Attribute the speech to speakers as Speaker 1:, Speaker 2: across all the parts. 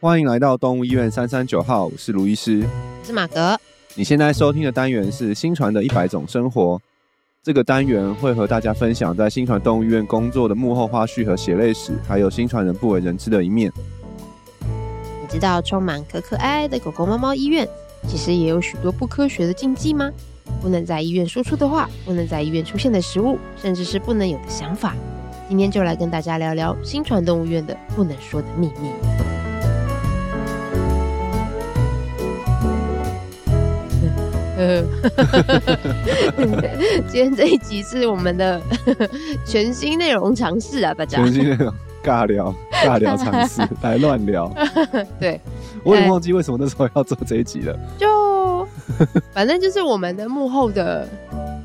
Speaker 1: 欢迎来到动物医院三三九号，我是卢医师。
Speaker 2: 我是马格，
Speaker 1: 你现在收听的单元是新传的一百种生活，这个单元会和大家分享在新传动物医院工作的幕后花絮和血泪史，还有新传人不为人知的一面。
Speaker 2: 你知道充满可可爱爱的狗狗、猫猫医院，其实也有许多不科学的禁忌吗？不能在医院说出的话，不能在医院出现的食物，甚至是不能有的想法。今天就来跟大家聊聊新传动物院的不能说的秘密。 呃，今天这一集是我们的 全新内容尝试啊，大家
Speaker 1: 全新那种尬聊、尬聊尝试来乱聊，
Speaker 2: 对，
Speaker 1: 我也忘记为什么那时候要做这一集了。
Speaker 2: 就反正就是我们的幕后的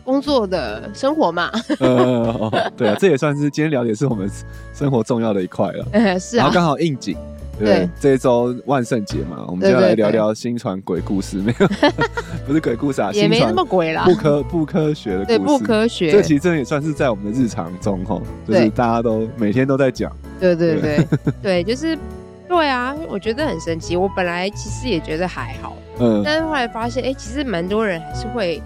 Speaker 2: 工作的生活嘛，
Speaker 1: 呃，哦对啊，这也算是今天聊的也是我们生活重要的一块了。
Speaker 2: 是
Speaker 1: 然
Speaker 2: 啊
Speaker 1: 后，刚好应景，对不对
Speaker 2: 对？
Speaker 1: 这一周万圣节嘛，我们
Speaker 2: 对
Speaker 1: 就要来
Speaker 2: 对对
Speaker 1: 聊聊新传鬼故事，没有？ 不是鬼故事啊，
Speaker 2: 也
Speaker 1: 新
Speaker 2: 没那
Speaker 1: 传
Speaker 2: 么鬼啦
Speaker 1: 不，科不科学的故
Speaker 2: 对，
Speaker 1: 事。
Speaker 2: 不科学，
Speaker 1: 这其实真的也算是在我们的日常中吼，就是
Speaker 2: 对
Speaker 1: 大家都每天都在讲，
Speaker 2: 对对对对，就是对啊，我觉得很神奇。我本来其实也觉得还好，
Speaker 1: 嗯
Speaker 2: 但是后来发现，哎、其实蛮多人还是会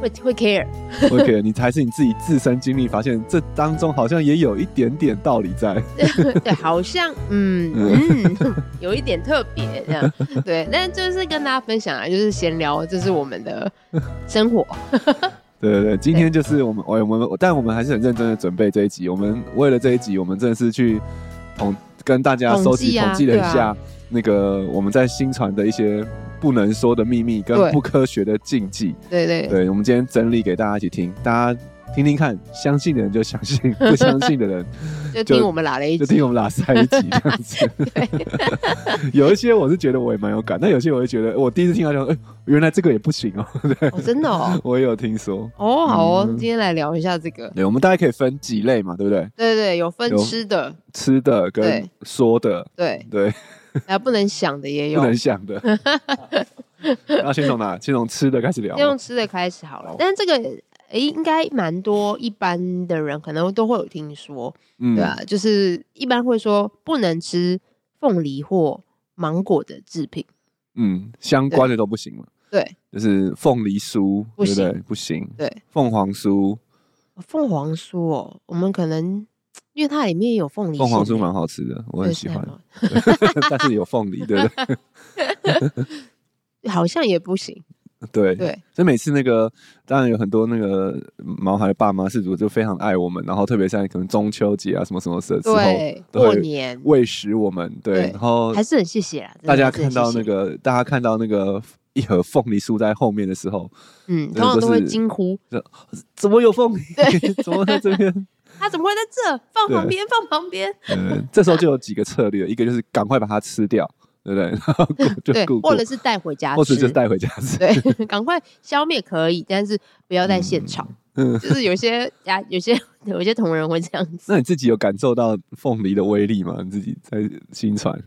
Speaker 2: 会会 care，
Speaker 1: ，OK，你还是你自己自身经历发现，这当中好像也有一点点道理在。
Speaker 2: 对，好像嗯嗯， 有一点特别这样，对，但就是跟大家分享啊，就是闲聊，这是我们的生活，
Speaker 1: 对对对，今天就是我们，我我们，但我们还是很认真的准备这一集。我们为了这一集，我们真的是去统跟大家收集
Speaker 2: 统计啊
Speaker 1: 统计了一
Speaker 2: 对
Speaker 1: 下那个我们在新传的一些不能说的秘密跟
Speaker 2: 对
Speaker 1: 不科学的禁忌。
Speaker 2: 对对
Speaker 1: 对，我们今天整理给大家一起听，大家听听看，相信的人就相信， 不相信的人
Speaker 2: 就
Speaker 1: 就
Speaker 2: 听我们拉了一
Speaker 1: 就
Speaker 2: 集，
Speaker 1: 听我们拉塞一 集这样子。有一些我是觉得我也蛮有感，但有些我会觉得我第一次听到就，哎、原来这个也不行哦。对，
Speaker 2: 哦，真的哦，
Speaker 1: 我也有听说。
Speaker 2: 哦，好哦，
Speaker 1: 嗯
Speaker 2: 今天来聊一下这个，
Speaker 1: 对，我们大概可以分几类嘛，对不对？
Speaker 2: 对对，有分
Speaker 1: 有
Speaker 2: 吃的，
Speaker 1: 吃的跟
Speaker 2: 对
Speaker 1: 说的，
Speaker 2: 对，
Speaker 1: 对，
Speaker 2: 还有不能想的也
Speaker 1: 不
Speaker 2: 有，
Speaker 1: 能想 的。那先从哪？先从吃的开始聊
Speaker 2: 先用
Speaker 1: 吗。
Speaker 2: 吃的开始好了
Speaker 1: 哦好。
Speaker 2: 但是这个诶，应该蛮多一般的人可能都会有听说，
Speaker 1: 嗯
Speaker 2: 对啊，就是一般会说不能吃凤梨或芒果的制品，
Speaker 1: 嗯，相关的都不行嘛。
Speaker 2: 对，
Speaker 1: 就是凤梨酥，对不
Speaker 2: 不行
Speaker 1: 对？不行。
Speaker 2: 对，
Speaker 1: 凤凰酥，
Speaker 2: 凤凰酥哦，我们可能因为它里面有凤梨
Speaker 1: 凤凰
Speaker 2: 馅
Speaker 1: 酥蛮好吃的，我
Speaker 2: 对
Speaker 1: 很
Speaker 2: 是啊
Speaker 1: 喜
Speaker 2: 还
Speaker 1: 欢。
Speaker 2: 蛮
Speaker 1: 但是有凤梨，对不对？
Speaker 2: 好像也不行，
Speaker 1: 对
Speaker 2: 对
Speaker 1: 所以每次那个，当然有很多那个毛孩的爸妈、事主就非常爱我们，然后特别像可能中秋节啊什么什么的时候，
Speaker 2: 对，
Speaker 1: 都会
Speaker 2: 过年
Speaker 1: 喂食我们。对，
Speaker 2: 对
Speaker 1: 然后
Speaker 2: 还是很谢谢啦，真的
Speaker 1: 大家
Speaker 2: 还是很
Speaker 1: 看到
Speaker 2: 谢
Speaker 1: 那
Speaker 2: 谢，
Speaker 1: 个，大家看到那个一盒凤梨酥在后面的时候，
Speaker 2: 嗯，
Speaker 1: 那
Speaker 2: 通常
Speaker 1: 都
Speaker 2: 都会
Speaker 1: 是
Speaker 2: 惊呼，
Speaker 1: 怎么有凤梨？ 怎么在这边？
Speaker 2: 他怎么会在这？放旁边，放旁边，
Speaker 1: 嗯， 这时候就有几个策略，一个就是赶快把它吃掉，对不对？ 然后就
Speaker 2: 对
Speaker 1: 顾，
Speaker 2: 或者是带回家
Speaker 1: 或者
Speaker 2: 吃，
Speaker 1: 就带回家吃。
Speaker 2: 对， 赶快消灭可以，但是不要在现场。
Speaker 1: 嗯
Speaker 2: 就是有些呀，有些有些同仁会这样子。
Speaker 1: 那你自己有感受到凤梨的威力吗？你自己在新传，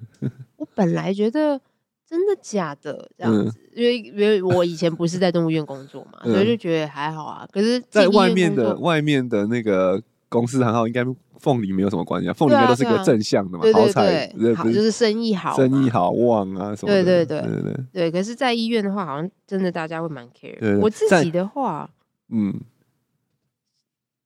Speaker 2: 我本来觉得真的假的这样
Speaker 1: 嗯
Speaker 2: 子，因为因为我以前不是在动物园工作嘛，所
Speaker 1: 嗯
Speaker 2: 以就觉得还好啊。可是
Speaker 1: 在
Speaker 2: 进医
Speaker 1: 外
Speaker 2: 院
Speaker 1: 面
Speaker 2: 工
Speaker 1: 的
Speaker 2: 作
Speaker 1: 外面的那个公司行号，应该凤梨没有什么关系啊，凤梨
Speaker 2: 对
Speaker 1: 应
Speaker 2: 啊
Speaker 1: 该都是
Speaker 2: 对
Speaker 1: 个
Speaker 2: 啊
Speaker 1: 正向的嘛，
Speaker 2: 对
Speaker 1: 好
Speaker 2: 对
Speaker 1: 彩
Speaker 2: 对，好
Speaker 1: 不
Speaker 2: 就是生意好嘛，
Speaker 1: 生意好旺啊什么的，
Speaker 2: 对对
Speaker 1: 对
Speaker 2: 对
Speaker 1: 对对，
Speaker 2: 对。可是，在医院的话，好像真的大家会蛮 care
Speaker 1: 对对
Speaker 2: 的。我自
Speaker 1: 在
Speaker 2: 己的话，
Speaker 1: 嗯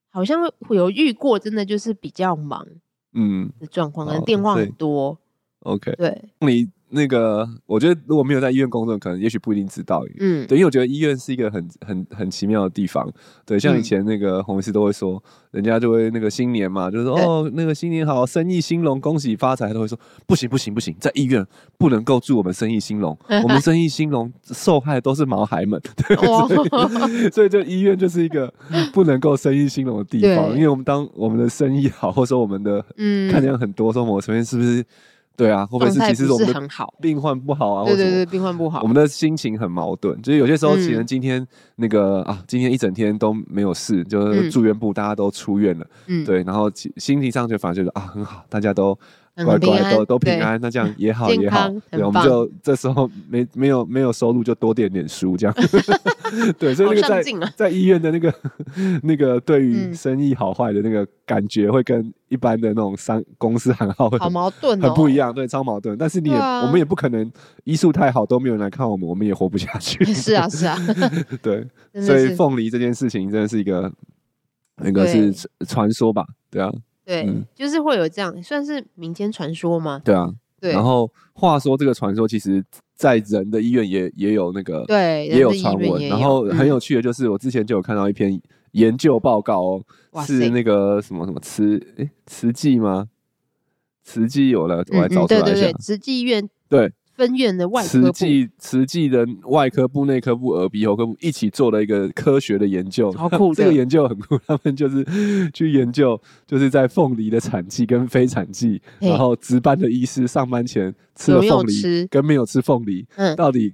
Speaker 2: 好像会有遇过，真的就是比较忙
Speaker 1: 嗯
Speaker 2: 的状况，可
Speaker 1: 哦
Speaker 2: 能电话
Speaker 1: 对
Speaker 2: 很多，
Speaker 1: ，OK，
Speaker 2: 对，
Speaker 1: 凤梨那个，我觉得如果没有在医院工作，可能也许不一定知道，
Speaker 2: 嗯，
Speaker 1: 对，因为我觉得医院是一个很很很奇妙的地方。对，像以
Speaker 2: 嗯
Speaker 1: 前那个红医师都会说，人家就会那个新年嘛，就是说
Speaker 2: 对
Speaker 1: 哦，那个新年好，生意兴隆，恭喜发财，他都会说不行不行不行，在医院不能够祝我们生意兴 隆，我们生意兴隆受害都是毛孩们，
Speaker 2: 哇，
Speaker 1: 所以就医院就是一个 不能够生意兴隆的地方，
Speaker 2: 对
Speaker 1: 因为我们当我们的生意好，或者说我们的
Speaker 2: 嗯，
Speaker 1: 看起来很多，说我们这边是不是对啊，会不会
Speaker 2: 状
Speaker 1: 是
Speaker 2: 态
Speaker 1: 其实
Speaker 2: 不
Speaker 1: 我
Speaker 2: 是
Speaker 1: 们的
Speaker 2: 很好。
Speaker 1: 病患不好啊，或
Speaker 2: 对
Speaker 1: 者什
Speaker 2: 对
Speaker 1: 么
Speaker 2: 对，病患不好
Speaker 1: 我，们的心情很矛盾，就是有些时候，
Speaker 2: 嗯
Speaker 1: 可能今天那个、啊，今天一整天都没有事，就是
Speaker 2: 嗯
Speaker 1: 住院部大家都出院了，
Speaker 2: 嗯，
Speaker 1: 对，然后其心情上就反而觉得啊很好，大家都
Speaker 2: 嗯
Speaker 1: 乖
Speaker 2: 很平
Speaker 1: 乖，
Speaker 2: 安
Speaker 1: 都都平
Speaker 2: 对
Speaker 1: 安，那这 样也好
Speaker 2: 健
Speaker 1: 也好
Speaker 2: 康，
Speaker 1: 对，
Speaker 2: 很
Speaker 1: 我们
Speaker 2: 棒
Speaker 1: 就这时候没没有没有收入就多点点书这样，对，所以那个
Speaker 2: 好上
Speaker 1: 在
Speaker 2: 进啊
Speaker 1: 在医院的那个 那个对于
Speaker 2: 嗯
Speaker 1: 生意好坏的那个感觉，会跟一般的那种商公司行号会
Speaker 2: 好
Speaker 1: 很
Speaker 2: 矛盾哦，
Speaker 1: 很不一，样，对，超矛盾。但是你也
Speaker 2: 对啊
Speaker 1: 我们也不可能医术太好都没有人来看我们，我们也活不下去。
Speaker 2: 是 啊，是啊，
Speaker 1: 对，
Speaker 2: 真
Speaker 1: 所
Speaker 2: 的
Speaker 1: 以
Speaker 2: 是
Speaker 1: 凤梨这件事情真的是一个那个
Speaker 2: 对
Speaker 1: 是传传说吧，对啊，
Speaker 2: 对，
Speaker 1: 嗯
Speaker 2: 就是会有这样，算是民间传说吗？
Speaker 1: 对啊。
Speaker 2: 对，
Speaker 1: 然后话说这个传说，其实在人的医院也也有那个
Speaker 2: 对，
Speaker 1: 也有
Speaker 2: 人的
Speaker 1: 传
Speaker 2: 医院
Speaker 1: 闻，
Speaker 2: 也
Speaker 1: 然后很
Speaker 2: 嗯
Speaker 1: 有趣的就是，我之前就有看到一篇研究报告哦，
Speaker 2: 哇
Speaker 1: 是
Speaker 2: 塞
Speaker 1: 那个什么什么慈诶慈济吗？慈济有了，我来
Speaker 2: 嗯
Speaker 1: 找
Speaker 2: 嗯，
Speaker 1: 出
Speaker 2: 对
Speaker 1: 来
Speaker 2: 对
Speaker 1: 一下
Speaker 2: 对，。慈济医院
Speaker 1: 对
Speaker 2: 分院的外科
Speaker 1: 慈
Speaker 2: 部
Speaker 1: 济慈济的外科部、内科部、耳鼻喉科部一起做了一个科学的研究，
Speaker 2: 超酷的
Speaker 1: 这个研究很酷，他们就是去研究，就是在凤梨的产季跟非产季，
Speaker 2: 嘿
Speaker 1: 然后值班的医师上班前吃了
Speaker 2: 有没有
Speaker 1: 凤梨
Speaker 2: 吃
Speaker 1: 跟没有吃凤梨，
Speaker 2: 嗯
Speaker 1: 到底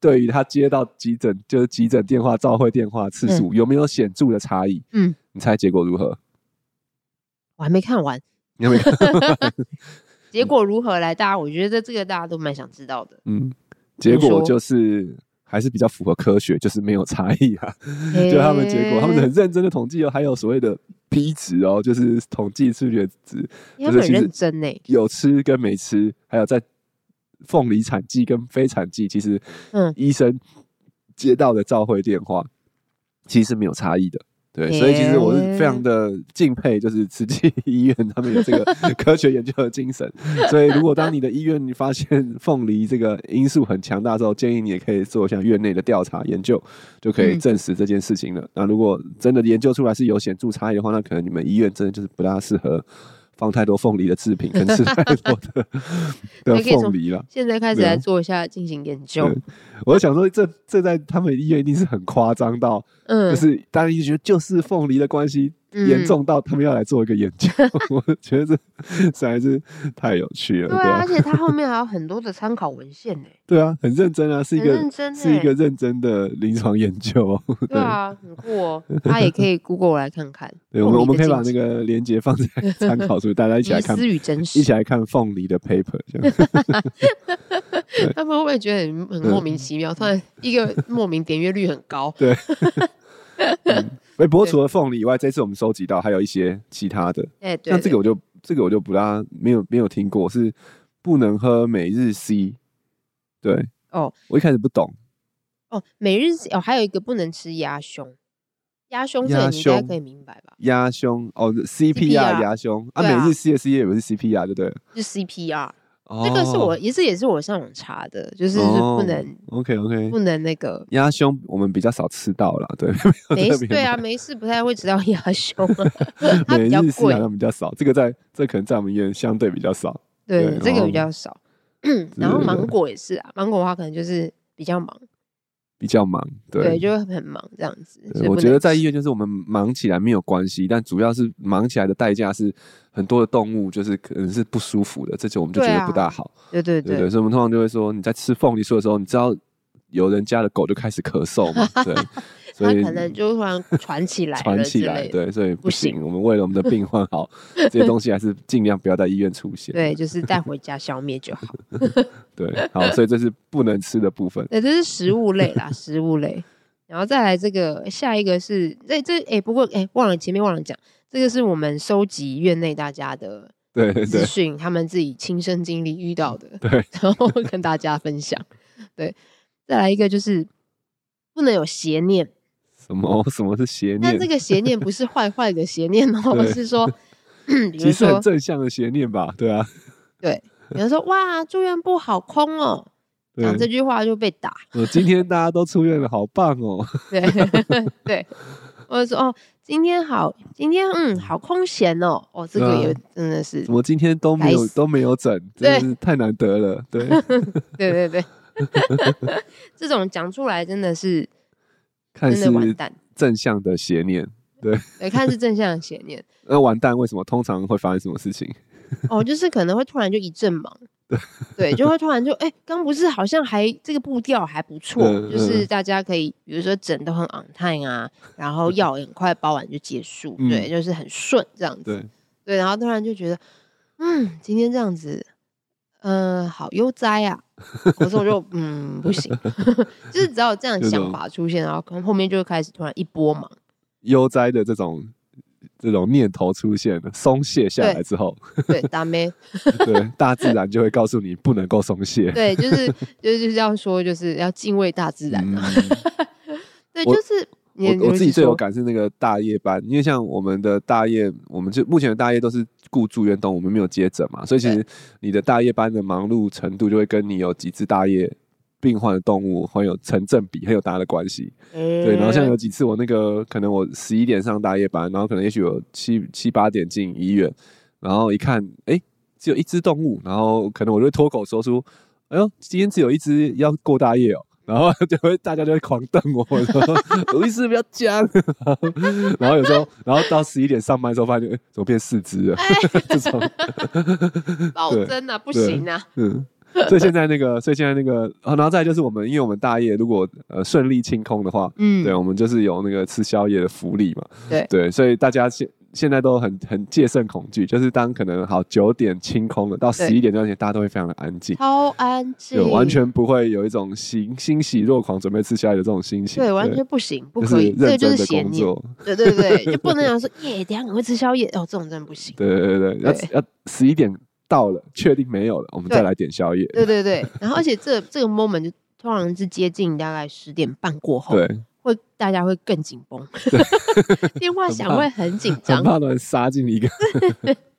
Speaker 1: 对于他接到急诊就是急诊电话、召回电话次数、有没有显著的差异？
Speaker 2: 嗯，
Speaker 1: 你猜结果如何？
Speaker 2: 我还没看完，
Speaker 1: 你有没有看？。
Speaker 2: 结果如何来？大家我觉得这个大家都蛮想知道的
Speaker 1: 嗯，结果就是还是比较符合科学，就是没有差异啊。 就他们结果，
Speaker 2: 嗯
Speaker 1: 他们很认真的统计哦，还有所谓的 P 值哦，就是统计数学值，
Speaker 2: 诶他
Speaker 1: 就是
Speaker 2: 们很
Speaker 1: 其实
Speaker 2: 认真欸呢。
Speaker 1: 有吃跟没吃，还有在凤梨产季跟非产季，其实
Speaker 2: 嗯
Speaker 1: 医生接到的召回电话其实是没有差异的。对，所以其实我是非常的敬佩，就是慈济 医院他们有 这个科学研究的精神。所以，如果当你的医院你发现凤梨这个因素很强大的时候，建议你也可以做一下院内的调查研究，就可以
Speaker 2: 嗯
Speaker 1: 证实这件事情了。那如果真的研究出来是有显著差异的话，那可能你们医院真的就是不大适合放太多凤梨的制品，跟吃太多 的的
Speaker 2: 还可以从
Speaker 1: 凤梨了。
Speaker 2: 现在开始
Speaker 1: 对啊
Speaker 2: 来做一下进行研究
Speaker 1: 对，我想说这，这在他们医院一定是很夸张到，
Speaker 2: 嗯，
Speaker 1: 就是当然医学就是凤梨的关系
Speaker 2: 嗯
Speaker 1: 严重到他们要来做一个研 究，我觉得这实在是太有趣了，
Speaker 2: 对
Speaker 1: 对
Speaker 2: 啊，
Speaker 1: 啊
Speaker 2: 而，且它后 面还有很多的参考文献呢，
Speaker 1: 对啊，很认真啊，是一
Speaker 2: 很
Speaker 1: 个
Speaker 2: 认真
Speaker 1: 是一
Speaker 2: 欸
Speaker 1: 个认真的临床研究、哦。
Speaker 2: 对啊，很酷 哦，大家也可以 Google 来看看。
Speaker 1: 对，我们我们可以把那
Speaker 2: 凤梨的
Speaker 1: 个链接放在 参考书，大家一起来看
Speaker 2: 禁忌隐，私与真实
Speaker 1: 一，起来看凤梨的 paper 这样。
Speaker 2: 他们会不会觉得很很莫
Speaker 1: 嗯
Speaker 2: 名其妙？突然一个莫名点阅率很高，
Speaker 1: 对。嗯哎，不过
Speaker 2: 对
Speaker 1: 除了凤梨以外，这次我们收集到还有一些其他的，
Speaker 2: 哎，对，
Speaker 1: 像这
Speaker 2: 对
Speaker 1: 个我就这个我就不大没有没有听过，是不能喝每日 C。对
Speaker 2: 哦
Speaker 1: 我一开始不懂，
Speaker 2: 哦，每日哦，还有一个不能吃鸭胸，鸭胸这
Speaker 1: 鸭
Speaker 2: 个你应该
Speaker 1: 胸
Speaker 2: 可以明白吧？
Speaker 1: 压胸哦，CPR 压胸啊，
Speaker 2: 对啊
Speaker 1: 每日 C 的 C 也不是 CPR 就对了。
Speaker 2: 是 CPR，
Speaker 1: 哦
Speaker 2: 这个是我也是也是我上网查的，就是是不
Speaker 1: 哦
Speaker 2: 能
Speaker 1: OK OK，
Speaker 2: 不能 那个
Speaker 1: 鸭胸我们比较少吃到啦，对，没
Speaker 2: 没
Speaker 1: 有特
Speaker 2: 事
Speaker 1: 别
Speaker 2: 对啊，
Speaker 1: 买，
Speaker 2: 没事不太会吃到鸭 胸啊，它
Speaker 1: 每
Speaker 2: 比较
Speaker 1: 日式
Speaker 2: 贵
Speaker 1: 好，像比较少，这个在这可能在我们医院相对比较少，
Speaker 2: 对
Speaker 1: 对
Speaker 2: 这个
Speaker 1: 哦
Speaker 2: 比较 少。然后
Speaker 1: 对
Speaker 2: 芒果也是啊，芒果的话可能就是比较忙，
Speaker 1: 比较忙，
Speaker 2: 对，
Speaker 1: 对。
Speaker 2: 就会很忙这样子。
Speaker 1: 对
Speaker 2: 所以
Speaker 1: 我
Speaker 2: 不
Speaker 1: 觉
Speaker 2: 能
Speaker 1: 得在
Speaker 2: 吃
Speaker 1: 医院就是我们忙起来没有关系，但主要是忙起来的代价是很多的动物就是可能是不舒服的，这就我们就觉
Speaker 2: 对
Speaker 1: 得
Speaker 2: 啊
Speaker 1: 不大好，
Speaker 2: 对对
Speaker 1: 对不对？
Speaker 2: 对，
Speaker 1: 所以我们通常就会说你在吃凤梨酥的时候，你知道有人家的狗就开始咳嗽嘛， 对，
Speaker 2: 它
Speaker 1: 所以
Speaker 2: 可能就突然传起 来
Speaker 1: 传
Speaker 2: 了
Speaker 1: 起
Speaker 2: 之
Speaker 1: 来，
Speaker 2: 类的。
Speaker 1: 对，所以不
Speaker 2: 不行
Speaker 1: 行，我们为了我们的 病患好，这些东西还是尽量不要在医院出现。
Speaker 2: 对，就是带回家消灭就 好。
Speaker 1: 对，好，所以这是不能吃的部分。
Speaker 2: 对，这是食物类啦，食物类。然后再来这个下一个是，这这哎、不过哎、忘了前面忘了讲，这个是我们收集院内大家的
Speaker 1: 对 对
Speaker 2: 资
Speaker 1: 对，
Speaker 2: 讯，他们自己亲身经历遇到的，
Speaker 1: 对，
Speaker 2: 然后跟大家分享。对，再来一个就是不能有邪念，
Speaker 1: 什么什么是邪
Speaker 2: 但
Speaker 1: 念
Speaker 2: 这？个邪念不是坏坏的邪念哦，
Speaker 1: 对
Speaker 2: 是说，比
Speaker 1: 其
Speaker 2: 如
Speaker 1: 实很
Speaker 2: 说，
Speaker 1: 正向的邪念吧？对啊，
Speaker 2: 对，比如说哇，住院部好空哦，讲这
Speaker 1: 对，
Speaker 2: 句话就被打，
Speaker 1: 我今天大家都出院了，好棒 哦！
Speaker 2: 对对，或者说哦，今天好，今天嗯，好空闲哦，哦，这个
Speaker 1: 对啊
Speaker 2: 也真的是
Speaker 1: 怎，么今天都没有
Speaker 2: 该死
Speaker 1: 都没有诊，
Speaker 2: 对
Speaker 1: 真是太难得了。 对，
Speaker 2: 对对对， 这种讲出来真的是
Speaker 1: 看
Speaker 2: 真
Speaker 1: 是
Speaker 2: 的完蛋，
Speaker 1: 正向的邪念。
Speaker 2: 对，看是正向的邪念。
Speaker 1: 那完蛋，为什么通常会发生什么事情？
Speaker 2: 哦，就是可能会突然就一阵忙，对，就会突然就哎，刚、不是好像还这个步调还不错，
Speaker 1: 嗯
Speaker 2: 就是大家可以比如说诊都很 on time 啊，然后药也很快包完就结束，
Speaker 1: 嗯
Speaker 2: 对，就是很顺这样子，
Speaker 1: 对，
Speaker 2: 对然后突然就觉得，嗯，今天这样子嗯、好悠哉啊！我说我就嗯 不行，就是只要有这样的想法出现，然后可能后面就会开始突然一波嘛，
Speaker 1: 悠哉的这种这种念头出现了，松懈下来之后，
Speaker 2: 对， 打咩？
Speaker 1: 对，大自然就会告诉你不能够松懈。
Speaker 2: 对，就是就是就是要说，就是要敬畏大自然
Speaker 1: 嗯
Speaker 2: 啊。对，
Speaker 1: 我
Speaker 2: 就是你
Speaker 1: 我我自己最有，
Speaker 2: 你如此说
Speaker 1: 感是那个大夜班，因为像我们的大夜，我们就目前的大夜都是雇住院东，我们没有接诊嘛，所以其实你的大夜班的忙碌程度就会跟你有几只大夜病患的动物很有成正比，很有大的关系。对，然后
Speaker 2: 嗯
Speaker 1: 像有几次我那个可能我十一点上大夜班，然后可能也许有七七八点进医院，然后一看，哎，只有一只动物，然后可能我就会脱口说出，哎呦，今天只有一只要过大夜哦。然后就会大家就会狂瞪我，说 吴医师不要讲。然后然后有时候，然后到十一点上班的时候，发现诶怎么变四只了？ 这种，
Speaker 2: 保
Speaker 1: 对
Speaker 2: 真啊，不
Speaker 1: 对
Speaker 2: 行啊，
Speaker 1: 嗯，所以现在那个，所以现在那个，啊然后再来就是我们，因为我们大夜如果呃顺利清空的话，
Speaker 2: 嗯，
Speaker 1: 对，我们就是有那个吃宵夜的福利嘛。
Speaker 2: 对
Speaker 1: 所以大家现现在都很很戒慎恐惧，就是当可能好九点清空了，到
Speaker 2: 对
Speaker 1: 十一点之前，大家都会非常的安静，
Speaker 2: 超安
Speaker 1: 就
Speaker 2: 静，
Speaker 1: 完全不会有一种欣欣喜若狂准备吃宵夜的这种心情。
Speaker 2: 对，完全不行，不
Speaker 1: 就是
Speaker 2: 可以，这个
Speaker 1: 认
Speaker 2: 就
Speaker 1: 真
Speaker 2: 是
Speaker 1: 的
Speaker 2: 邪
Speaker 1: 工
Speaker 2: 念，
Speaker 1: 作，
Speaker 2: 对对对，就不 能讲说耶，等一下赶快吃宵夜哦，这种真的不行。
Speaker 1: 对对对对，
Speaker 2: 对
Speaker 1: 要要十一点到了，确定没有了，我们再
Speaker 2: 对
Speaker 1: 来点宵夜。
Speaker 2: 对对对，然后而且这这个 moment 就通常是接近大概十点半过后，
Speaker 1: 对，
Speaker 2: 会大家会更紧绷， 电话响会很紧
Speaker 1: 很
Speaker 2: 张，
Speaker 1: 怕乱杀进 一个。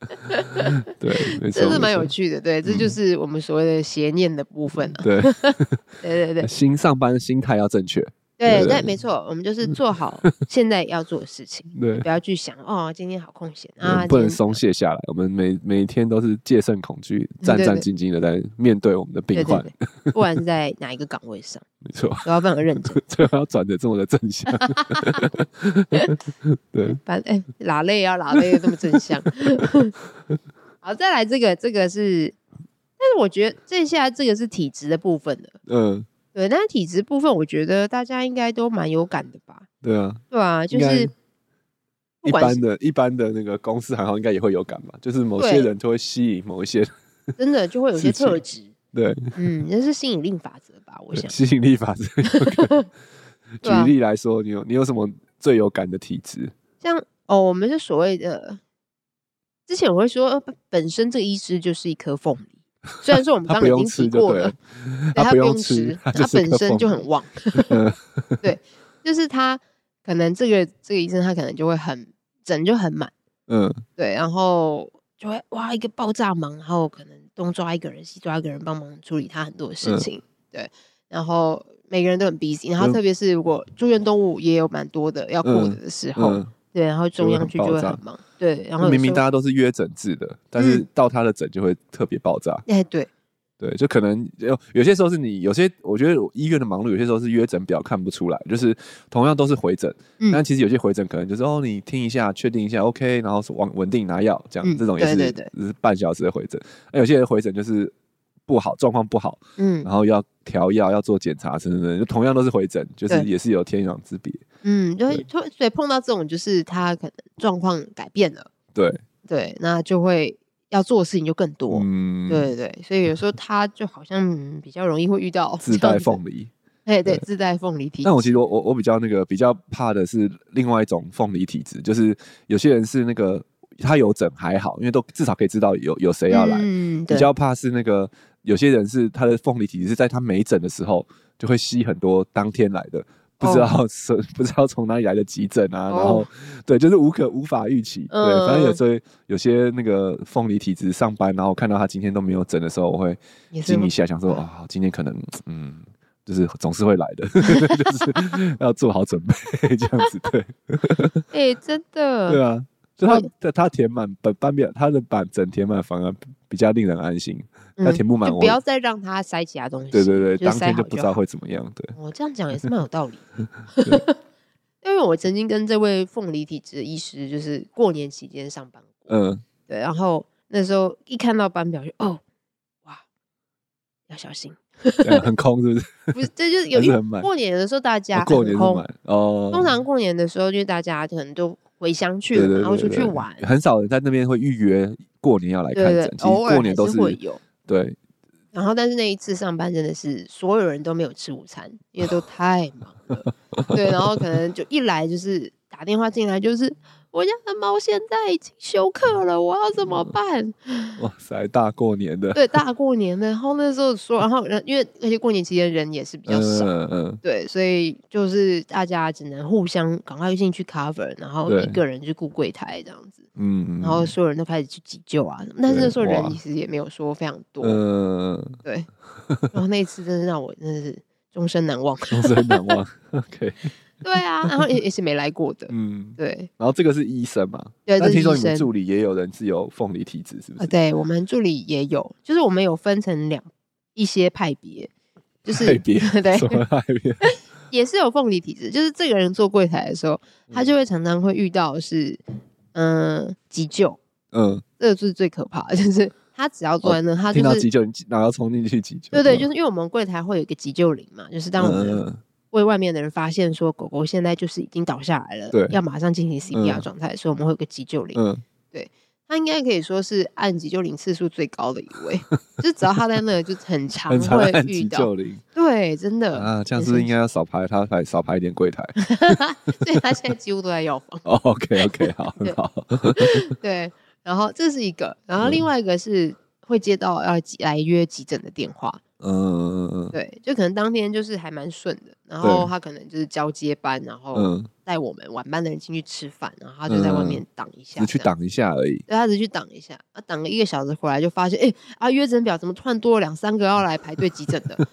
Speaker 1: 对，没错，
Speaker 2: 这是蛮
Speaker 1: 没错
Speaker 2: 有趣的，对，
Speaker 1: 嗯
Speaker 2: 这就是我们所谓的邪念的部分啊，
Speaker 1: 对，
Speaker 2: 对对对
Speaker 1: 新上班的心态要正确。
Speaker 2: 对
Speaker 1: 对嗯
Speaker 2: 对，没错，我们就是做好现在要做的事情，
Speaker 1: 对，
Speaker 2: 不要去想哦，今天好空闲
Speaker 1: 我嗯
Speaker 2: 啊，
Speaker 1: 们不能
Speaker 2: 今天
Speaker 1: 松懈下来，我们每每天都是戒慎恐惧，战
Speaker 2: 嗯对
Speaker 1: 战
Speaker 2: 对
Speaker 1: 兢兢的在面对我们的病
Speaker 2: 对
Speaker 1: 患
Speaker 2: 对。对，不管是在哪一个岗位上，
Speaker 1: 没错，
Speaker 2: 都要非常认真。
Speaker 1: 最后要转的这么的正向。 对，
Speaker 2: 反哎、拉累要拉累，这么正向。 好，再来这个，这个是，但是我觉得这下这个是体质的部分的，
Speaker 1: 嗯，
Speaker 2: 对，但是体质部分，我觉得大家应该都蛮有感的吧？
Speaker 1: 对啊，
Speaker 2: 对啊，就
Speaker 1: 应该
Speaker 2: 是不
Speaker 1: 一
Speaker 2: 管
Speaker 1: 般
Speaker 2: 是
Speaker 1: 的、一般的那个公司行号应该也会有感吧，就是某些
Speaker 2: 对
Speaker 1: 人就会吸引某一些，
Speaker 2: 真的就会有一些
Speaker 1: 事情
Speaker 2: 特质，
Speaker 1: 对，
Speaker 2: 嗯，那是吸引力法则吧？我
Speaker 1: 对
Speaker 2: 想，
Speaker 1: 吸引力法则。举
Speaker 2: 对啊
Speaker 1: 例来说，你有你有什么最有感的体质？
Speaker 2: 像哦，我们是所谓的，之前我会说，呃本身这个医师就是一颗凤梨，虽然说我们
Speaker 1: 他
Speaker 2: 刚
Speaker 1: 不
Speaker 2: 刚已
Speaker 1: 用
Speaker 2: 经
Speaker 1: 吃
Speaker 2: 提
Speaker 1: 就
Speaker 2: 过
Speaker 1: 对
Speaker 2: 了
Speaker 1: 了，，
Speaker 2: 对，它
Speaker 1: 不
Speaker 2: 不
Speaker 1: 用
Speaker 2: 用
Speaker 1: 吃
Speaker 2: 吃，，
Speaker 1: 它
Speaker 2: 它
Speaker 1: 就是
Speaker 2: 本
Speaker 1: 个
Speaker 2: 身就
Speaker 1: 凤
Speaker 2: 很旺。
Speaker 1: 嗯
Speaker 2: 对，就是它可能这个这个医生他可能就会很整就很满，
Speaker 1: 嗯，
Speaker 2: 对，然后就会哇一个爆炸忙，然后可能东抓一个人西抓一个人帮忙处理他很多的事
Speaker 1: 嗯
Speaker 2: 情，对，然后每个人都很 busy，然后
Speaker 1: 嗯
Speaker 2: 特别是如果住院动物也有蛮多的要顾
Speaker 1: 嗯
Speaker 2: 的的时候，
Speaker 1: 嗯
Speaker 2: 对，然后中
Speaker 1: 会
Speaker 2: 央
Speaker 1: 很
Speaker 2: 区
Speaker 1: 爆
Speaker 2: 就会
Speaker 1: 炸
Speaker 2: 很忙，对，然后有
Speaker 1: 明明
Speaker 2: 时候
Speaker 1: 大家都是约诊制的，但是
Speaker 2: 嗯
Speaker 1: 到他的诊就会特别爆炸。
Speaker 2: 哎对
Speaker 1: 对，就可能有有些时候是你有些，我觉得医院的忙碌有些时候是约诊表看不出来，就是同样都是回诊，
Speaker 2: 嗯
Speaker 1: 但其实有些回诊可能就是哦，你听一下，确定一下，OK，然后是往稳定拿药，这样、
Speaker 2: 嗯
Speaker 1: 这种也是
Speaker 2: 对对
Speaker 1: 是半小时的回诊。那有些人回诊就是不好，状况不好，
Speaker 2: 嗯
Speaker 1: 然后要调药，要做检查，等等等，就同样都是回诊，就是
Speaker 2: 对
Speaker 1: 也是有天壤之别。
Speaker 2: 嗯，就会
Speaker 1: 对
Speaker 2: 突然所以碰到这种就是他可能状况改变了。
Speaker 1: 对，
Speaker 2: 对，那就会要做的事情就更多。
Speaker 1: 嗯，
Speaker 2: 对对对，所以有时候他就好像嗯比较容易会遇到
Speaker 1: 自带，凤梨。
Speaker 2: 哎对，
Speaker 1: 对
Speaker 2: 自带凤梨体质。
Speaker 1: 但我其实我我我比较那个比较怕的是另外一种凤梨体质，就是有些人是那个他有诊还好，因为都至少可以知道有有谁要来。
Speaker 2: 嗯，
Speaker 1: 比
Speaker 2: 对，
Speaker 1: 较怕是那个有些人是他的凤梨体质是在他没诊的时候就会吸很多当天来的，不知道是、不知道从 哪里来的急诊啊，然后
Speaker 2: 哦
Speaker 1: 对，就是无可无法预期。
Speaker 2: 嗯
Speaker 1: 对，反正有时候有些那个凤梨体质上班，然后看到他今天都没有诊的时候，我会
Speaker 2: 也是
Speaker 1: 惊
Speaker 2: 会
Speaker 1: 一下，想说啊、今天可能嗯，就是总是会来的， 就是要做好准备 这样子。对
Speaker 2: 哎，真的，
Speaker 1: 对
Speaker 2: 啊，
Speaker 1: 啊，就他他他填满本班表，他的版整填满反而比较令人安心。他填不满
Speaker 2: 嗯就
Speaker 1: 我
Speaker 2: 不要再让他塞其他东西。
Speaker 1: 对对对，
Speaker 2: 就是
Speaker 1: 当
Speaker 2: 塞
Speaker 1: 天
Speaker 2: 好
Speaker 1: 就
Speaker 2: 就
Speaker 1: 不知道会怎么样。对，
Speaker 2: 好。我哦这样讲也是蛮 有道理 的。因为我曾经跟这位凤梨体质的医师，就是过年期间上班过，
Speaker 1: 嗯，
Speaker 2: 对，然后那时候一看到班表就哦，哇，要小心，
Speaker 1: 这 样很空是不是？
Speaker 2: 不是，这就是有
Speaker 1: 还
Speaker 2: 一
Speaker 1: 是很满
Speaker 2: 过年的时候大家
Speaker 1: 哦过年
Speaker 2: 啊很
Speaker 1: 是
Speaker 2: 空
Speaker 1: 满哦，
Speaker 2: 通常过年的时候，就是大家可能都回乡去
Speaker 1: 对
Speaker 2: 了
Speaker 1: 对对，
Speaker 2: 嘛，然后出
Speaker 1: 对
Speaker 2: 去
Speaker 1: 对
Speaker 2: 玩，
Speaker 1: 很少人在那边会预约过年要来
Speaker 2: 对
Speaker 1: 看
Speaker 2: 对
Speaker 1: 诊，
Speaker 2: 对，
Speaker 1: 其实
Speaker 2: 偶
Speaker 1: 过
Speaker 2: 尔
Speaker 1: 年
Speaker 2: 还
Speaker 1: 都
Speaker 2: 会
Speaker 1: 是
Speaker 2: 有。
Speaker 1: 对
Speaker 2: 然后，但是那一次上班真的是所有人都没有吃午餐，因为都太忙了。对，然后可能就一来就是打电话进来，就是我家的猫现在已经休克了，我要怎么办？
Speaker 1: 哇塞，大过年 的，
Speaker 2: 对，大过年的，然后那时候说，然后因为而且过年期间人也是比较少，
Speaker 1: 嗯嗯
Speaker 2: 对，所以就是大家只能互相赶快进去 cover，然后
Speaker 1: 对
Speaker 2: 一个人去顾柜台这样子，
Speaker 1: 嗯，
Speaker 2: 然后所有人都开始去急救啊。但是
Speaker 1: 对
Speaker 2: 那时候人
Speaker 1: 哇
Speaker 2: 其实也没有说非常多，
Speaker 1: 嗯，
Speaker 2: 对，然后那一次真的让我真的是终身 难忘。
Speaker 1: 终身难忘。OK，
Speaker 2: 对啊，然后也也是没来过的，
Speaker 1: 嗯，
Speaker 2: 对
Speaker 1: 然后这个是医生嘛？
Speaker 2: 对，
Speaker 1: 但
Speaker 2: 这是
Speaker 1: 听说
Speaker 2: 医
Speaker 1: 你们
Speaker 2: 生
Speaker 1: 助理也有人是有凤梨体质，是不
Speaker 2: 啊，
Speaker 1: 是？
Speaker 2: 对我们助理也有，就是我们有分成两一些派别，就
Speaker 1: 害
Speaker 2: 是
Speaker 1: 别
Speaker 2: 对
Speaker 1: 什么害别？
Speaker 2: 也是有凤梨体质，就是这个人做柜台的时候，他
Speaker 1: 嗯
Speaker 2: 就会常常会遇到是嗯、呃急救，
Speaker 1: 嗯，
Speaker 2: 这个就是最可怕的， 就是他只要坐在那，他
Speaker 1: 哦听
Speaker 2: 就
Speaker 1: 到
Speaker 2: 是
Speaker 1: 急救，你然后冲进去急救。嗯
Speaker 2: 对对，
Speaker 1: 是
Speaker 2: 就是因为我们柜台会有一个急救铃嘛，就是当我们
Speaker 1: 嗯
Speaker 2: 为外面的人发现说狗狗现在就是已经倒下来了，
Speaker 1: 对
Speaker 2: 要马上进行 CPR
Speaker 1: 嗯
Speaker 2: 状态，所以我们会有个急救铃。
Speaker 1: 嗯
Speaker 2: 他应该可以说是按急救铃次数最高的一 位，就是只要他在那里，就很常
Speaker 1: 嗯很常
Speaker 2: 会
Speaker 1: 按
Speaker 2: 遇
Speaker 1: 急
Speaker 2: 到。
Speaker 1: 救铃
Speaker 2: 对，真的
Speaker 1: 啊，这样
Speaker 2: 很
Speaker 1: 是不是
Speaker 2: 神
Speaker 1: 应该要少排他排少排一点柜 台。
Speaker 2: 奇所以他现在几乎都在药房。
Speaker 1: OK OK，好，很好。
Speaker 2: 对，然后这是一个，然
Speaker 1: 嗯
Speaker 2: 后另外一个是会接到要急来约急诊的电话，
Speaker 1: 嗯嗯
Speaker 2: 对，就可能当天就是还蛮顺的，然
Speaker 1: 对
Speaker 2: 后他可能就是交接班，然后
Speaker 1: 嗯，
Speaker 2: 带我们晚班的人进去吃饭，然后他就在外面挡一下，
Speaker 1: 只去挡一下而已。
Speaker 2: 对他只去挡一下，啊，挡了一个小时回来就发现，哎、啊，约诊表怎么突然多了两三个要来排队急诊的？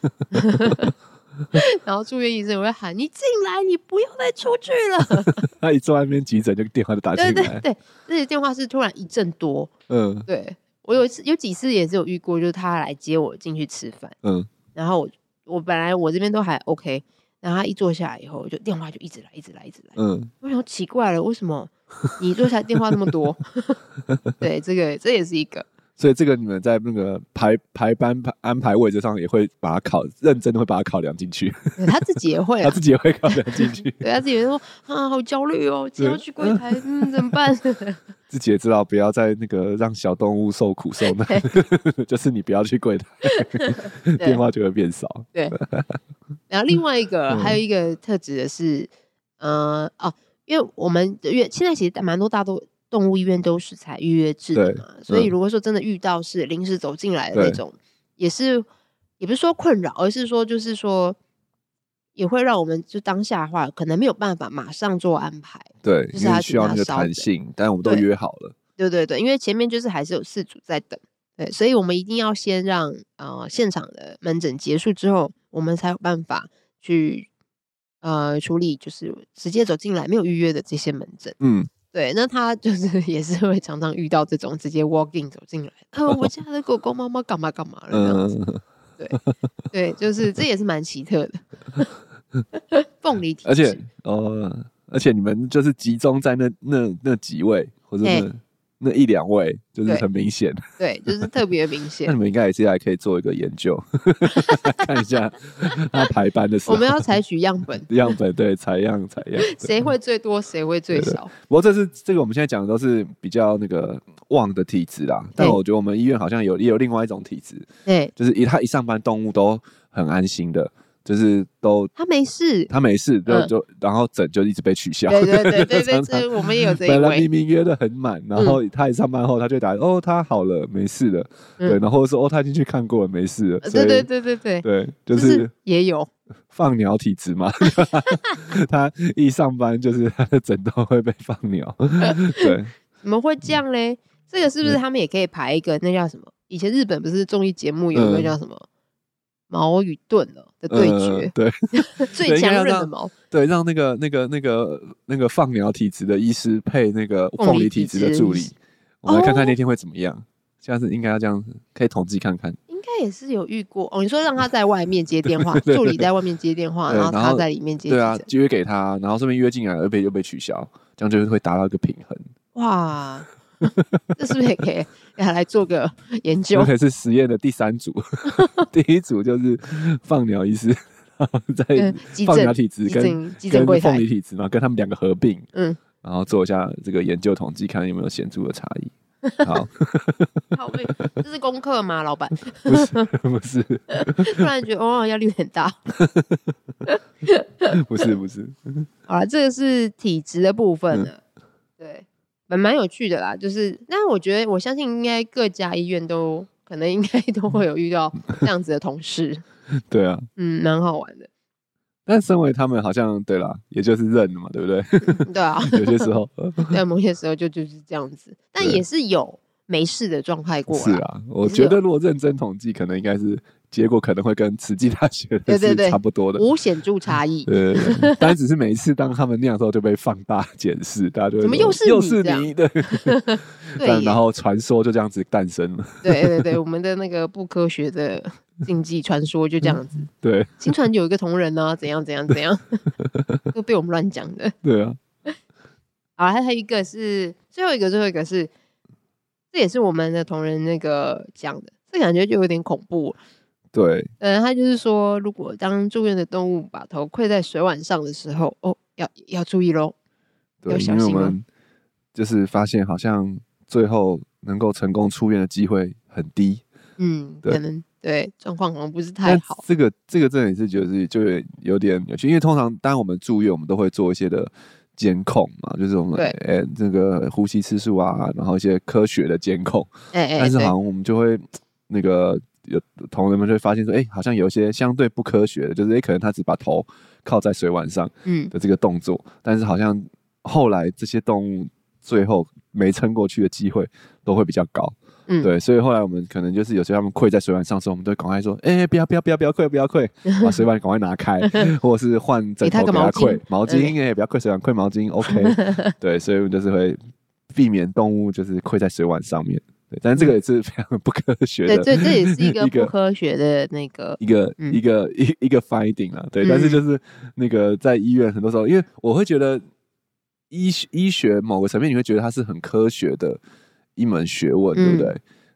Speaker 2: 然后住院医生也会喊你进来，你不要再出去 了。
Speaker 1: 他一坐在那边急诊，就电话就打进
Speaker 2: 对对
Speaker 1: 来。
Speaker 2: 对，这些电话是突然一阵多。
Speaker 1: 嗯
Speaker 2: 对我有一次有几次也是有遇过，就是他来接我进去吃饭，
Speaker 1: 嗯，
Speaker 2: 然后我我本来我这边都还 OK，然后他一坐下来以后，就电话就一直来，一直来，一直来。
Speaker 1: 嗯，
Speaker 2: 我想奇怪了，为什么你坐下来电话那么多？ 对，这个这也是一个。
Speaker 1: 所以这个你们在那个排排班排安排位置上也会把它考认真的会把它考量进去，
Speaker 2: 对他自己也会
Speaker 1: 他
Speaker 2: 啊，
Speaker 1: 自己也会考量进去，
Speaker 2: 对他自己也说啊，好焦虑哦，今天要
Speaker 1: 对
Speaker 2: 去柜台，嗯，怎么办？
Speaker 1: 自己也知道不要再那个让小动物受苦受 难，就是你不要去柜台，电话就会变少。
Speaker 2: 然后另外一个
Speaker 1: 嗯
Speaker 2: 还有一个特质的是，呃，哦，因为我们因为现在其实蛮多大多动物医院都是采预约制的
Speaker 1: 对
Speaker 2: 嘛，所以
Speaker 1: 嗯
Speaker 2: 如果说真的遇到是临时走进来的那
Speaker 1: 对
Speaker 2: 种，也是也不是说困扰，而是说就是说。也会让我们就当下的话，可能没有办法马上做安排，
Speaker 1: 对，
Speaker 2: 就是
Speaker 1: 因
Speaker 2: 他
Speaker 1: 为
Speaker 2: 只
Speaker 1: 需要
Speaker 2: 拿
Speaker 1: 那个
Speaker 2: 烧
Speaker 1: 弹
Speaker 2: 的
Speaker 1: 性，但我们都
Speaker 2: 对
Speaker 1: 约好了。
Speaker 2: 对对对，因为前面就是还是有四组在等，对，所以我们一定要先让呃现场的门诊结束之后，我们才有办法去呃处理，就是直接走进来没有预约的这些门诊。
Speaker 1: 嗯，
Speaker 2: 对，那他就是 也是会常常遇到这种直接 walk in 走进来，呃， 我家的狗狗、猫猫干嘛干嘛了这样子。
Speaker 1: 嗯，
Speaker 2: 对，就是这也是蛮奇 特的。凤梨体质，
Speaker 1: 而且呃，而且你们就是集中在那那那几位，或者
Speaker 2: 哎
Speaker 1: 那那一两位，就是
Speaker 2: 对
Speaker 1: 很明显。
Speaker 2: 对，就是特别明显
Speaker 1: 那。你们应该也是还可以做一个研 究，看一下他排班的时
Speaker 2: 我
Speaker 1: 候，
Speaker 2: 们要采取样本
Speaker 1: 样本，对，采样采样。对
Speaker 2: 谁会最多，谁会最
Speaker 1: 对对
Speaker 2: 少。
Speaker 1: 不过这是这个我们现在讲的都是比较那个旺的体质啦，但
Speaker 2: 对
Speaker 1: 我觉得我们医院好像有也有另外一种体质，
Speaker 2: 对，
Speaker 1: 就是一他一上班动物都很安心的，就是都
Speaker 2: 他没事，
Speaker 1: 他没事就
Speaker 2: 嗯
Speaker 1: 就然后诊就一直被取消。
Speaker 2: 对 对对对对，
Speaker 1: 常常
Speaker 2: 这我们也有这一
Speaker 1: 本来
Speaker 2: 位嗯
Speaker 1: 明，明约的很满，然后他一上班后，他就打哦，他好了，没事了，对，
Speaker 2: 嗯
Speaker 1: 然后说哦，他已经去看过了，没事了，
Speaker 2: 呃
Speaker 1: 所
Speaker 2: 对
Speaker 1: 以
Speaker 2: 对对对对，
Speaker 1: 对，就
Speaker 2: 就是也有，
Speaker 1: 放鸟体质 嘛， 他一上班就是他的枕头会被放 鸟，对，
Speaker 2: 怎么会这样嘞？这个是不是
Speaker 1: 对
Speaker 2: 他们也可以排一个那叫什么？以前日本不是综艺节目有一个
Speaker 1: 嗯
Speaker 2: 叫什么矛与盾哦的对
Speaker 1: 呃
Speaker 2: 决，
Speaker 1: 嗯对
Speaker 2: 最
Speaker 1: 应该
Speaker 2: 强
Speaker 1: 要
Speaker 2: 韧的
Speaker 1: 让
Speaker 2: 矛，
Speaker 1: 对，让那个那个那个那个放鸟体质的医师配那个
Speaker 2: 凤
Speaker 1: 凤
Speaker 2: 梨
Speaker 1: 梨
Speaker 2: 体
Speaker 1: 体
Speaker 2: 质
Speaker 1: 质
Speaker 2: 的
Speaker 1: 的助理
Speaker 2: 医师，
Speaker 1: 我们来看
Speaker 2: 哦
Speaker 1: 看那天会怎么样。下次应该要这样，可以统计看看。
Speaker 2: 应该也是有遇过哦。你说让他在外面接电话，
Speaker 1: 对
Speaker 2: 助理在外面接电话，
Speaker 1: 对
Speaker 2: 然后
Speaker 1: 然
Speaker 2: 他
Speaker 1: 后
Speaker 2: 在里面接急
Speaker 1: 对啊
Speaker 2: 诊，，
Speaker 1: 约给他，然后顺便约进来，而被又被取消，这样就会达到一个平衡。
Speaker 2: 哇，这是不是也可以 要来做个研 究
Speaker 1: 有？可是实验的第三 组，第一组就是放鸟医师，然后
Speaker 2: 嗯
Speaker 1: 再，
Speaker 2: 急
Speaker 1: 放鸟
Speaker 2: 诊
Speaker 1: 体质
Speaker 2: 急
Speaker 1: 跟
Speaker 2: 诊急诊柜
Speaker 1: 跟凤
Speaker 2: 台
Speaker 1: 梨，体质，然后跟他们两个合并，
Speaker 2: 嗯，
Speaker 1: 然后做一下这个研究统计，看有没有显著的差异。好，
Speaker 2: 好累，这是功课吗，老板？
Speaker 1: 不是不是
Speaker 2: 突然觉得哦，压力很大。
Speaker 1: 不是不是，
Speaker 2: 好了，这个是体质的部分了，
Speaker 1: 嗯
Speaker 2: 对，蛮蛮有趣的啦。就是，那我觉得我相信应该各家医院都可能应该都会有遇到这样子的同事，
Speaker 1: 对啊。
Speaker 2: 嗯，蛮好玩的。
Speaker 1: 但身为他们，好像对啦，也就是认了嘛，对不 对？
Speaker 2: 对啊，
Speaker 1: 有些时候
Speaker 2: 在某些时候就就是这样子，但
Speaker 1: 对
Speaker 2: 也是有没事的状态 过
Speaker 1: 是
Speaker 2: 啦。
Speaker 1: 啊，我觉得如果认真统计，可能应该是结果可能会跟慈济大学的
Speaker 2: 对对
Speaker 1: 是
Speaker 2: 对
Speaker 1: 差不多的。
Speaker 2: 无显著差异。
Speaker 1: 呃，但只是每一次当他们那样的时候就被放大检视，大家就会
Speaker 2: 怎么
Speaker 1: 说
Speaker 2: 又是
Speaker 1: 又
Speaker 2: 你
Speaker 1: 是
Speaker 2: 这样
Speaker 1: 你的，
Speaker 2: 对
Speaker 1: 但然
Speaker 2: 耶，
Speaker 1: 后传说就这样子诞生了。
Speaker 2: 对对对，我们的那个不科学的禁忌传说就这样子。
Speaker 1: 对
Speaker 2: 新传有一个同仁呢、 怎样怎样怎样， 都被我们乱讲的。
Speaker 1: 对啊，
Speaker 2: 好，还有一个是最后一个，最后一个是，这也是我们的同仁那个讲的，这感觉就有点恐怖。
Speaker 1: 对，
Speaker 2: 嗯，他就是说，如果当住院的动物把头跪在水碗上的时候，哦，要要注意喽。
Speaker 1: 对，
Speaker 2: 要小
Speaker 1: 因为我
Speaker 2: 心哦
Speaker 1: 们就是发现好像最后能够成功出院的机会很低，
Speaker 2: 嗯，
Speaker 1: 对
Speaker 2: 可能对状况好像不是太
Speaker 1: 但
Speaker 2: 好。
Speaker 1: 这个这个真的也是就是就有有点有趣，因为通常当我们住院，我们都会做一些的。监控嘛，就是我们
Speaker 2: 对
Speaker 1: 呃这个呼吸次数啊，然后一些科学的监控，
Speaker 2: 哎哎，
Speaker 1: 但是好
Speaker 2: 对
Speaker 1: 像我们就会那个有同仁们就会发现说，哎、好像有一些相对不科学的，就是哎、诶可能他只把头靠在水碗上
Speaker 2: 嗯，
Speaker 1: 的这个动作，但是好像后来这些动物最后没撑过去的机会都会比较高，
Speaker 2: 嗯
Speaker 1: 对，所以后来我们可能就是有时候他们跪在水碗上的时候，我们都会赶快说，哎、不要不要不要不要跪不要跪，把水碗赶快拿 开，或者是换枕
Speaker 2: 给他
Speaker 1: 头
Speaker 2: 个
Speaker 1: 给
Speaker 2: 毛
Speaker 1: 他
Speaker 2: 巾
Speaker 1: 跪毛巾，
Speaker 2: 对
Speaker 1: 哎、不要跪水碗跪毛巾，OK，对， 所以我们就是会避免动物就是跪在水碗上面。对，但是这个也是非常不科学的
Speaker 2: 对，，这这也是一 个
Speaker 1: 一个
Speaker 2: 不科学的那个，
Speaker 1: 一个、
Speaker 2: 嗯
Speaker 1: 一个一一个 finding 啦，对，但是就是那个在医院很多时候，因为我会觉得医学医学某个层面，你会觉得它是很科学的一门学问，
Speaker 2: 嗯
Speaker 1: 对不对？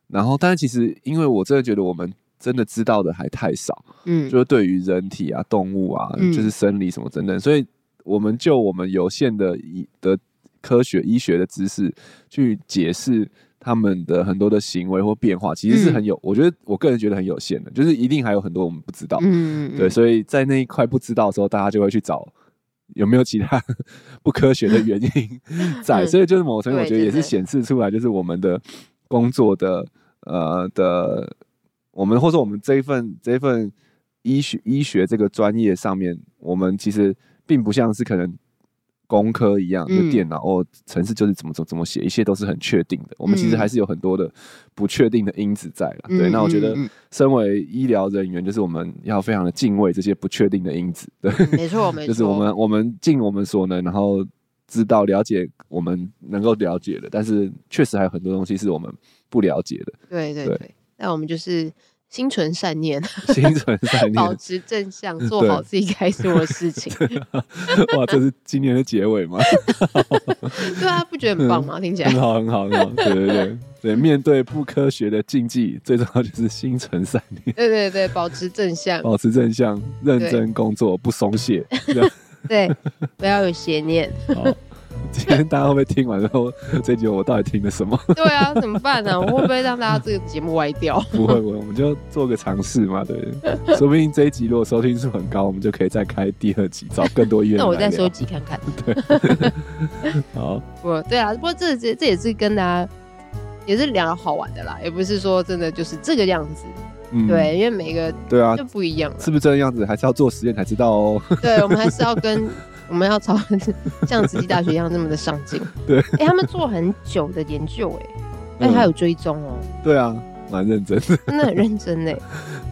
Speaker 1: 然后，但是其实因为我真的觉得我们真的知道的还太少，
Speaker 2: 嗯，
Speaker 1: 就是对于人体啊、动物啊，
Speaker 2: 嗯
Speaker 1: 就是生理什么等等，所以我们就我们有限的医的科学医学的知识去解释他们的很多的行为或变化，其实是很有，我觉得我个人觉得很有限的，就是一定还有很多我们不知道。
Speaker 2: 嗯，嗯
Speaker 1: 对，， 所以在那一块不知道的时候，大家就会去找有没有其他 不科学的原因 在，
Speaker 2: 嗯
Speaker 1: 所以就是某种程度，我
Speaker 2: 对
Speaker 1: 觉得也
Speaker 2: 真
Speaker 1: 是
Speaker 2: 的
Speaker 1: 显示出来，就是我们的工作的呃的，我们或者说我们这一份这一份医学医学这个专业上面，我们其实并不像是可能。工科一样，就
Speaker 2: 嗯
Speaker 1: 电脑、哦，程式就是怎么怎么怎么写，一切都是很确定的。我们其实
Speaker 2: 嗯
Speaker 1: 还是有很多的不确定的因子在了。
Speaker 2: 嗯
Speaker 1: 对，那我觉
Speaker 2: 嗯
Speaker 1: 得
Speaker 2: 嗯嗯
Speaker 1: 身为医疗人员，就是我们要非常的敬畏这些不确定的因子，对，
Speaker 2: 嗯没错没错，
Speaker 1: 就是我们我们尽我们所能，然后知道了解我们能够了解的，但是确实还有很多东西是我们不了解 的，
Speaker 2: 对对
Speaker 1: 对
Speaker 2: 对，那我们就是心存善念，
Speaker 1: 心存善念。
Speaker 2: 保持正向，做
Speaker 1: 对
Speaker 2: 好自己该做的事情。
Speaker 1: 哇，这是今年的结尾 吗？
Speaker 2: 对啊，不觉得很棒
Speaker 1: 嗯
Speaker 2: 吗？听起来
Speaker 1: 很好，很 好，很好。对对对对，面对不科学的禁忌，最重要就是心存善 念，
Speaker 2: 对对对，保持正向，
Speaker 1: 保持正向，认
Speaker 2: 对
Speaker 1: 真工作，不松懈。 这样
Speaker 2: 对，不要有邪念。
Speaker 1: 好，今天大家会不会听完之后，这集我到底听了什么？
Speaker 2: 对啊，怎么办呢、我会不会让大家这个节目歪掉？
Speaker 1: 不会，不会，我们就做个尝试嘛，对不对？说不定这一集如果收听数很高，我们就可以再开第二集，找更多医院
Speaker 2: 那我
Speaker 1: 来
Speaker 2: 再
Speaker 1: 聊
Speaker 2: 收集看看。
Speaker 1: 好，
Speaker 2: 不，对啊，不过这这这也是跟大家也是聊好玩的啦，也不是说真的就是这个样子。
Speaker 1: 嗯，
Speaker 2: 对，因为每个
Speaker 1: 对啊
Speaker 2: 就，不一样了。
Speaker 1: 是不是这个样子？还是要做实验才知道哦。
Speaker 2: 对，我们还是要跟我们要朝 像慈济大学一样那么的上进。
Speaker 1: 对嗯
Speaker 2: 哎、他们做很久的研究、哎，哎，还有追踪哦、
Speaker 1: 对啊，蛮认真的，
Speaker 2: 真的很认 真哎、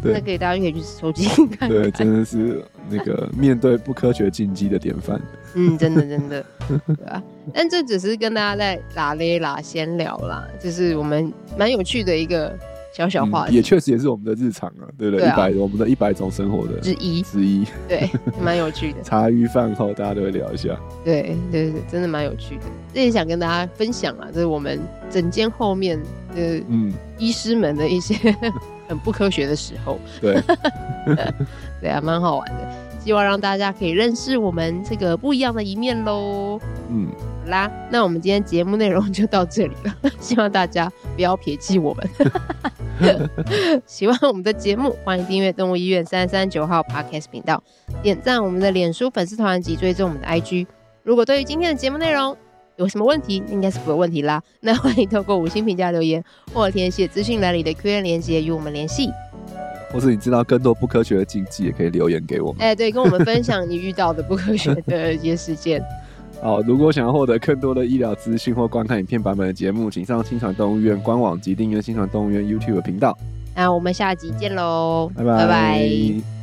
Speaker 1: 对
Speaker 2: 那可以大家可以去收集看看。
Speaker 1: 对，真的是那个面对不科学禁忌的典范。
Speaker 2: 嗯，真的 真的，对啊。但这只是跟大家在拉嘞拉闲聊啦，就是我们蛮有趣的一个小小话
Speaker 1: 嗯也
Speaker 2: 题
Speaker 1: 确实也是我们的日常啊，对不对？
Speaker 2: 对
Speaker 1: 一
Speaker 2: 啊
Speaker 1: 百我们的一百种生活的
Speaker 2: 之一，
Speaker 1: 之一，
Speaker 2: 对，蛮有趣的。
Speaker 1: 茶余饭后大家都会聊一下。
Speaker 2: 对对对，真的蛮有趣的。这也想跟大家分享啊，这是我们整间后面的
Speaker 1: 嗯，
Speaker 2: 医师们的一些 很不科学的时候，
Speaker 1: 对，
Speaker 2: 对啊，蛮好玩的。希望让大家可以认识我们这个不一样的一面喽。
Speaker 1: 嗯，
Speaker 2: 啦，那我们今天节目内容就到这里了， 希望大家不要撇弃我们。 喜欢我们的节目，欢迎订阅动物医院三三九号 Podcast 频道，点赞我们的脸书粉丝团及追踪我们的 IG。如果对于今天的节目内容有什么问题，应该是没有问题啦。 那欢迎透过五星评价留言，或填写资讯栏里的 Q&A 连接与我们联系。
Speaker 1: 或是你知道更多不科学的禁忌，也可以留言给我们。
Speaker 2: 哎，对，跟我们分享你遇到的不科学的一些 事件。
Speaker 1: 好，如果想要获得更多的医疗资讯或观看影片版本的节目，请上新传动物院官网及订阅新传动物院 YouTube 频道。
Speaker 2: 那我们下集见喽，
Speaker 1: 拜拜。
Speaker 2: 拜拜